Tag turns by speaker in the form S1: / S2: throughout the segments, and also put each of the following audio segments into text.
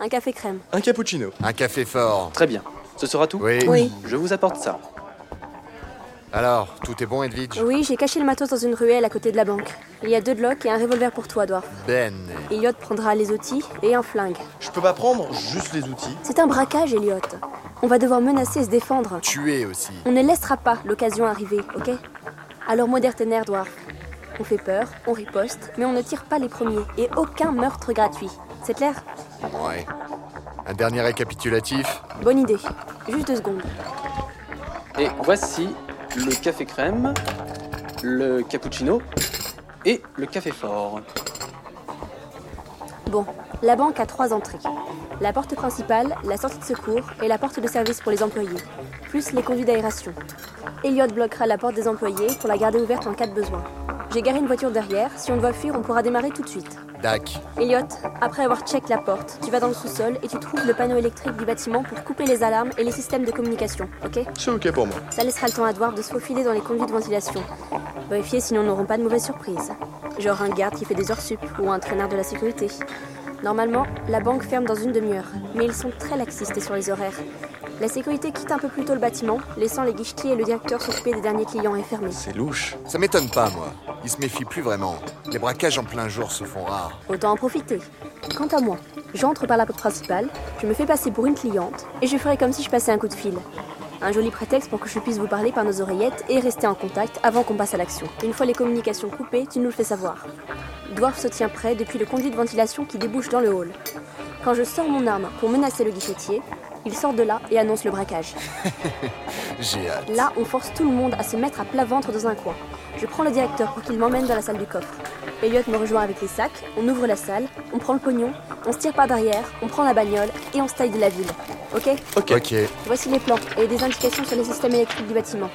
S1: Un café crème.
S2: Un cappuccino.
S3: Un café fort.
S4: Très bien. Ce sera tout
S3: Oui.
S1: Oui.
S4: Je vous apporte ça.
S3: Alors, tout est bon, Edwidge
S1: Oui, j'ai caché le matos dans une ruelle à côté de la banque. Il y a deux glocks et un revolver pour toi, Dwarf.
S3: Ben.
S1: Elliot prendra les outils et un flingue.
S2: Je peux pas prendre juste les outils.
S1: C'est un braquage, Elliot. On va devoir menacer et se défendre.
S3: Tué aussi.
S1: On ne laissera pas l'occasion arriver, ok Alors modère tes nerfs, Dwarf. On fait peur, on riposte, mais on ne tire pas les premiers et aucun meurtre gratuit. C'est clair
S3: Ouais. Un dernier récapitulatif
S1: Bonne idée. Juste deux secondes.
S4: Et voici le café crème, le cappuccino et le café fort.
S1: Bon, la banque a trois entrées. La porte principale, la sortie de secours et la porte de service pour les employés, plus les conduits d'aération. Elliot bloquera la porte des employés pour la garder ouverte en cas de besoin. J'ai garé une voiture derrière, si on doit fuir, on pourra démarrer tout de suite.
S3: Dac.
S1: Elliot, après avoir check la porte, tu vas dans le sous-sol et tu trouves le panneau électrique du bâtiment pour couper les alarmes et les systèmes de communication, ok
S2: C'est ok pour moi.
S1: Ça laissera le temps à Dwarf de se faufiler dans les conduits de ventilation. Vérifier sinon nous n'aurons pas de mauvaises surprises. Genre un garde qui fait des heures sup ou un traînard de la sécurité. Normalement, la banque ferme dans une demi-heure, mais ils sont très laxistes sur les horaires. La sécurité quitte un peu plus tôt le bâtiment, laissant les guichetiers et le directeur s'occuper des derniers clients et fermer.
S2: C'est louche.
S3: Ça m'étonne pas, moi. Ils se méfient plus vraiment. Les braquages en plein jour se font rares.
S1: Autant en profiter. Quant à moi, j'entre par la porte principale, je me fais passer pour une cliente et je ferai comme si je passais un coup de fil. Un joli prétexte pour que je puisse vous parler par nos oreillettes et rester en contact avant qu'on passe à l'action. Une fois les communications coupées, tu nous le fais savoir. Dwarf se tient prêt depuis le conduit de ventilation qui débouche dans le hall. Quand je sors mon arme pour menacer le guichetier, il sort de là et annonce le braquage.
S3: J'ai hâte.
S1: Là, on force tout le monde à se mettre à plat ventre dans un coin. Je prends le directeur pour qu'il m'emmène dans la salle du coffre. Elliot me rejoint avec les sacs, on ouvre la salle, on prend le pognon, on se tire par derrière, on prend la bagnole et on se taille de la ville. Ok
S3: Ok.
S1: Voici les plans et des indications sur les systèmes électriques du bâtiment.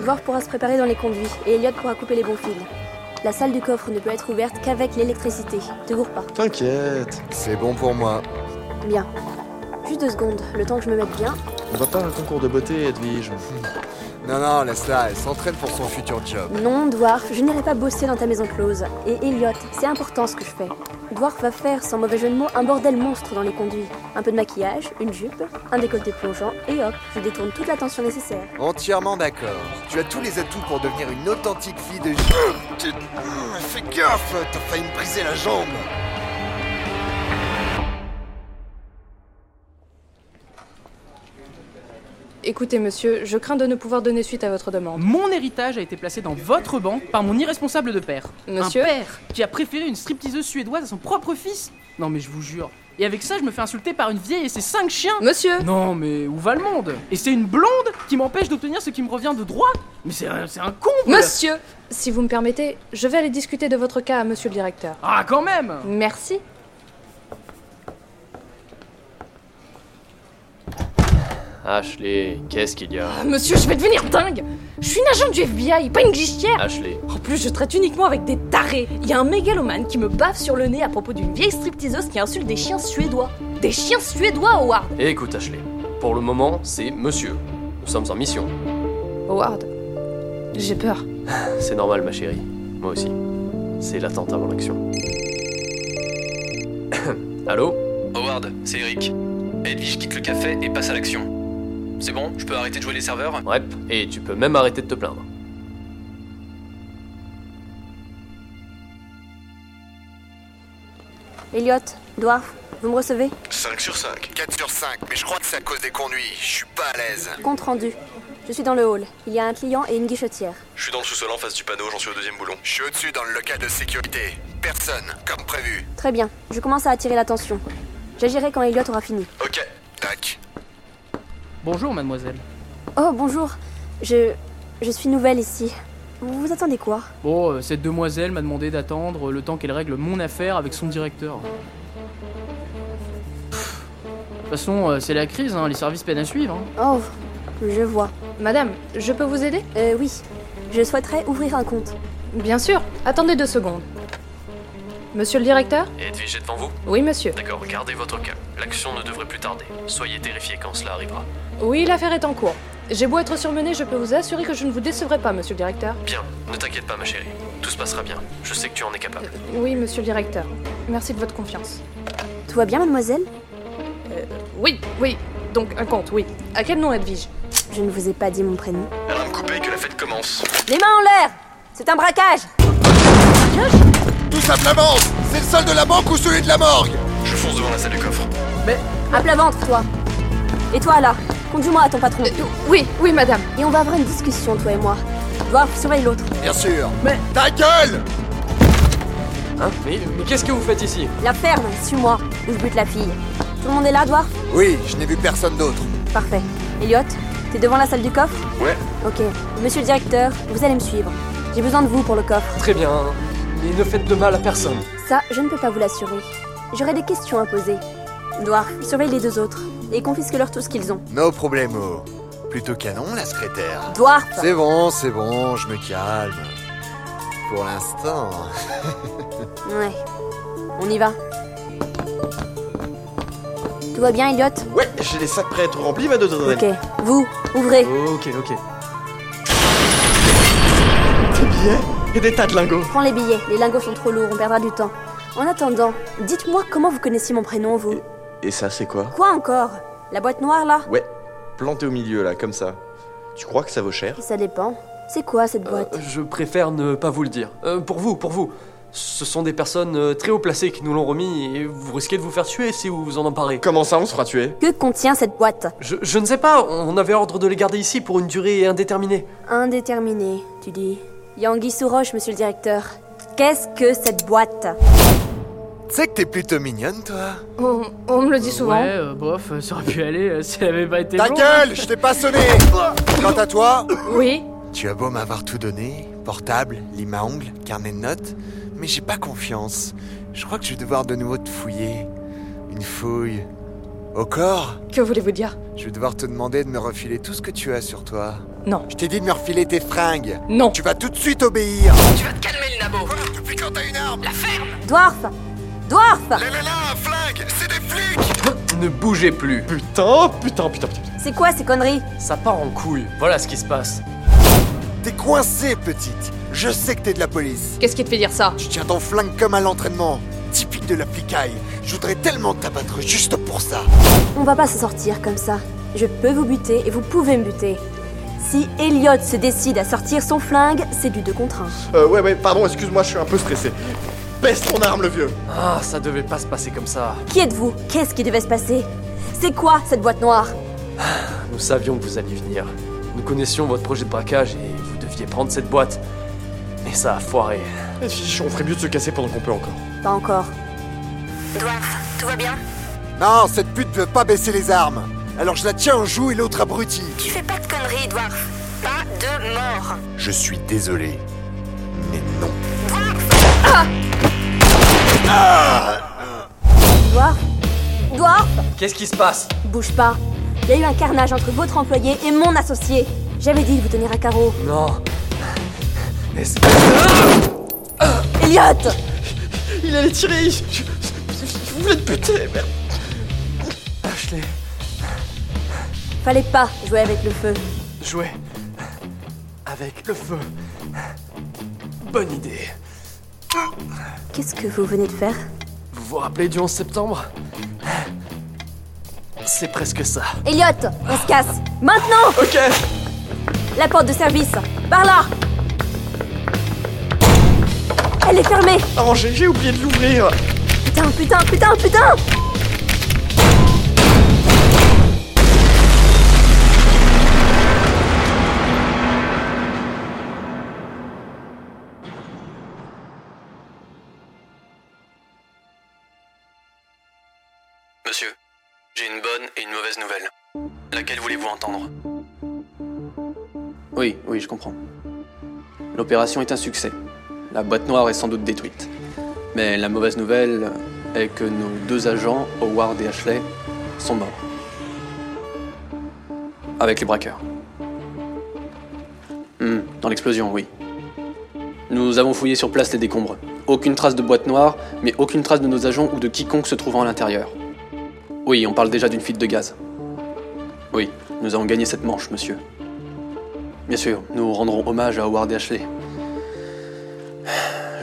S1: Dwarf pourra se préparer dans les conduits et Elliot pourra couper les bons fils. La salle du coffre ne peut être ouverte qu'avec l'électricité. Te gourre pas.
S2: T'inquiète.
S3: C'est bon pour moi.
S1: Bien. Juste deux secondes, le temps que je me mette bien.
S2: On va pas à un concours de beauté, Edwige.
S3: Non, non, laisse-la. Elle s'entraîne pour son futur job.
S1: Non, Dwarf, je n'irai pas bosser dans ta maison close. Et Elliot, c'est important ce que je fais. Dwarf va faire, sans mauvais jeu de mots, un bordel monstre dans les conduits. Un peu de maquillage, une jupe, un décolleté plongeant, et hop, je détourne toute l'attention nécessaire.
S3: Entièrement d'accord. Tu as tous les atouts pour devenir une authentique fille de... Tu- Fais gaffe, t'as failli me briser la jambe.
S5: Écoutez, monsieur, je crains de ne pouvoir donner suite à votre demande.
S6: Mon héritage a été placé dans votre banque par mon irresponsable de père.
S5: Monsieur
S6: Un père qui a préféré une stripteaseuse suédoise à son propre fils. Non mais je vous jure. Et avec ça, je me fais insulter par une vieille et ses cinq chiens.
S5: Monsieur
S6: Non mais où va le monde Et c'est une blonde qui m'empêche d'obtenir ce qui me revient de droit Mais c'est un, c'est un comble
S5: Monsieur Si vous me permettez, je vais aller discuter de votre cas à monsieur le directeur.
S6: Ah quand même
S5: Merci.
S7: Ashley, qu'est-ce qu'il y a
S5: Ah, Monsieur, je vais devenir dingue Je suis une agent du FBI, pas une glissière
S7: Ashley,
S5: En plus, je traite uniquement avec des tarés. Il y a un mégalomane qui me bave sur le nez à propos d'une vieille stripteaseuse qui insulte des chiens suédois. Des chiens suédois, Howard
S7: Eh, écoute Ashley. Pour le moment, c'est monsieur. Nous sommes en mission.
S5: Howard, j'ai peur.
S7: C'est normal, ma chérie. Moi aussi. C'est l'attente avant l'action. Allô
S8: Howard, c'est Eric. Edwige quitte le café et passe à l'action. C'est bon, je peux arrêter de jouer les serveurs
S7: Ouais, et tu peux même arrêter de te plaindre.
S1: Elliot, Dwarf, vous me recevez
S2: 5 sur 5.
S3: 4 sur 5, mais je crois que c'est à cause des conduits. Je suis pas à l'aise.
S1: Compte rendu. Je suis dans le hall. Il y a un client et une guichetière.
S2: Je suis dans le sous-sol en face du panneau, j'en suis au deuxième boulon.
S3: Je suis au-dessus dans le local de sécurité. Personne, comme prévu.
S1: Très bien, je commence à attirer l'attention. J'agirai quand Elliot aura fini.
S3: Ok. Tac.
S6: Bonjour mademoiselle.
S1: Oh, bonjour. Je. Je suis nouvelle ici. Vous vous attendez quoi
S6: Bon, euh, cette demoiselle m'a demandé d'attendre le temps qu'elle règle mon affaire avec son directeur. Pff. De toute façon, euh, c'est la crise, hein, les services peinent à suivre. hein.
S1: Oh, je vois.
S5: Madame, je peux vous aider
S1: Euh, oui. Je souhaiterais ouvrir un compte.
S5: Bien sûr. Attendez deux secondes. Monsieur le directeur
S7: Edwige est devant vous
S5: Oui, monsieur.
S7: D'accord, gardez votre calme. L'action ne devrait plus tarder. Soyez terrifiés quand cela arrivera.
S5: Oui, l'affaire est en cours. J'ai beau être surmené, je peux vous assurer que je ne vous décevrai pas, monsieur le directeur.
S7: Bien, ne t'inquiète pas, ma chérie. Tout se passera bien. Je sais que tu en es capable.
S5: Oui, monsieur le directeur. Merci de votre confiance.
S1: Tout va bien, mademoiselle
S5: oui, oui. Donc un conte, oui. À quel nom Edwige
S1: Je ne vous ai pas dit mon prénom.
S2: Elle va me couper que la fête commence.
S1: Les mains en l'air C'est un braquage
S3: Tout simplement C'est le sol de la banque ou celui de la morgue
S2: Je fonce devant la salle du coffre.
S1: À plat ventre, toi Et toi, là Conduis-moi à ton patron.
S5: Euh, Oui, oui, madame.
S1: Et on va avoir une discussion, toi et moi. Dwarf, surveille l'autre.
S3: Bien sûr
S4: Mais-
S3: Ta gueule
S4: Mais, mais qu'est-ce que vous faites ici
S1: La ferme, suis-moi, ou je bute la fille. Tout le monde est là, Dwarf
S3: Oui, je n'ai vu personne d'autre.
S1: Parfait. Elliot, t'es devant la salle du coffre
S2: Ouais.
S1: Ok. Monsieur le directeur, vous allez me suivre. J'ai besoin de vous pour le coffre.
S9: Très bien, mais ne faites de mal à personne.
S1: Ça, je ne peux pas vous l'assurer. J'aurai des questions à poser. Dwarf, surveille les deux autres et confisque-leur tout ce qu'ils ont.
S3: No problemo. Plutôt canon, la secrétaire.
S1: Dwarf
S3: C'est bon, c'est bon, je me calme. Pour l'instant.
S1: Ouais. On y va. Tout va bien, Elliot
S2: Ouais, j'ai les sacs prêts à être remplis, va d'autres
S1: Ok. Vous, ouvrez.
S9: Ok, ok.
S2: Des billets et des tas de lingots.
S1: Prends les billets. Les lingots sont trop lourds, on perdra du temps. En attendant, dites-moi comment vous connaissiez mon prénom, vous.
S2: Et ça, c'est quoi
S1: Quoi encore La boîte noire, là
S2: Ouais, planté au milieu, là, comme ça. Tu crois que ça vaut cher
S1: Ça dépend. C'est quoi, cette boîte
S7: Euh.
S9: Je préfère ne pas vous le dire. Euh, pour vous, pour vous. Ce sont des personnes euh, très haut placées qui nous l'ont remis et vous risquez de vous faire tuer si vous vous en emparez.
S2: Comment ça, on se fera tuer
S1: Que contient cette boîte
S9: Je, je ne sais pas, on avait ordre de les garder ici pour une durée indéterminée.
S1: Indéterminé, tu dis. Yangui Souroche, monsieur le directeur. Qu'est-ce que cette boîte
S3: Tu sais que t'es plutôt mignonne, toi
S5: On, on me le dit souvent.
S6: Ouais, euh, bof, euh, ça aurait pu aller euh, si elle avait pas été
S3: Ta
S6: longue.
S3: gueule, je t'ai pas sonné Quant à toi,
S5: Oui.
S3: tu as beau m'avoir tout donné, portable, lime à ongles, carnet de notes, mais j'ai pas confiance. Je crois que je vais devoir de nouveau te fouiller. Une fouille. Au corps
S5: Que voulez-vous dire
S3: Je vais devoir te demander de me refiler tout ce que tu as sur toi.
S5: Non.
S3: Je t'ai dit de me refiler tes fringues.
S5: Non.
S3: Tu vas tout de suite obéir.
S10: Tu vas te calmer le nabo.
S3: Depuis quand t'as une arme
S10: La ferme
S1: Dwarf Dwarf
S3: Là là là, un flingue C'est des flics
S9: Ne bougez plus.
S2: Putain, putain, putain, putain.
S1: C'est quoi ces conneries
S9: Ça part en couille. Voilà ce qui se passe.
S3: T'es coincé, petite. Je sais que t'es de la police.
S5: Qu'est-ce qui te fait dire ça
S3: Tu tiens ton flingue comme à l'entraînement. Typique de la flicaille. Je voudrais tellement t'abattre juste pour ça.
S1: On va pas se sortir comme ça. Je peux vous buter et vous pouvez me buter. Si Elliot se décide à sortir son flingue, c'est du 2 contre 1.
S2: Euh, ouais, ouais, pardon, excuse-moi, je suis un peu stressé. Baisse ton arme, le vieux
S9: Ah, ça devait pas se passer comme ça.
S1: Qui êtes-vous Qu'est-ce qui devait se passer C'est quoi cette boîte noire
S9: Nous savions que vous alliez venir. Nous connaissions votre projet de braquage et vous deviez prendre cette boîte. Mais ça a foiré.
S2: Eh, fiche, On ferait mieux de se casser pendant qu'on peut encore.
S1: Pas encore.
S10: Dwarf, tout va bien
S3: Non, cette pute peut pas baisser les armes. Alors je la tiens en joue et l'autre abruti.
S10: Tu fais pas de conneries, Dwarf. Pas de mort.
S3: Je suis désolé. Mais non.
S1: Dwarf Dwarf
S9: Qu'est-ce qui se passe
S1: Bouge pas. Il y a eu un carnage entre votre employé et mon associé. J'avais dit de vous tenir à carreau.
S9: Non. N'est-ce-
S1: Elliot
S2: Il allait tirer Je, je- je- je voulais te buter, merde
S9: Ashley,
S1: Fallait pas jouer avec le feu.
S9: jouer avec le feu. Bonne idée.
S1: Qu'est-ce que vous venez de faire
S9: Vous vous rappelez du 11 septembre C'est presque ça.
S1: Elliot, on se casse Maintenant
S9: Ok
S1: La porte de service Par là Elle est fermée
S2: Oh, j'ai j'ai oublié de l'ouvrir
S1: Putain, putain, putain, putain
S7: Monsieur, j'ai une bonne et une mauvaise nouvelle. Laquelle voulez-vous entendre
S4: Oui, oui, je comprends. L'opération est un succès. La boîte noire est sans doute détruite. Mais la mauvaise nouvelle est que nos deux agents, Howard et Ashley, sont morts. Avec les braqueurs. Hmm, dans l'explosion, oui. Nous avons fouillé sur place les décombres. Aucune trace de boîte noire, mais aucune trace de nos agents ou de quiconque se trouvant à l'intérieur. Oui, on parle déjà d'une fuite de gaz. Oui, nous avons gagné cette manche, monsieur. Bien sûr, nous rendrons hommage à Howard et Ashley.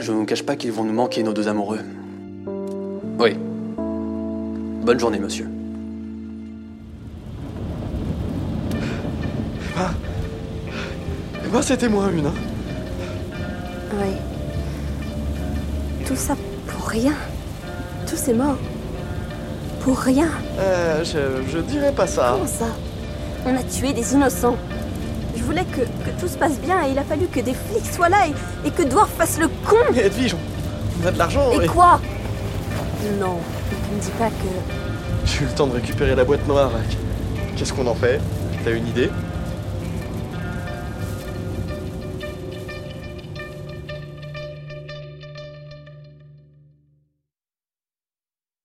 S4: Je ne vous cache pas qu'ils vont nous manquer, nos deux amoureux. Oui. Bonne journée, monsieur.
S2: Ah. Eh ben, c'était moi une, hein.
S1: Oui. Tout ça pour rien. Tous ces morts. Pour rien.
S2: Euh, je, je dirais pas ça.
S1: Comment ça On a tué des innocents. Je voulais que, que tout se passe bien et il a fallu que des flics soient là et, et que Dwarf fasse le con.
S2: Mais Edwige, on a de l'argent.
S1: Et quoi Non, ne me dis pas que.
S2: J'ai eu le temps de récupérer la boîte noire. Qu'est-ce qu'on en fait T'as une idée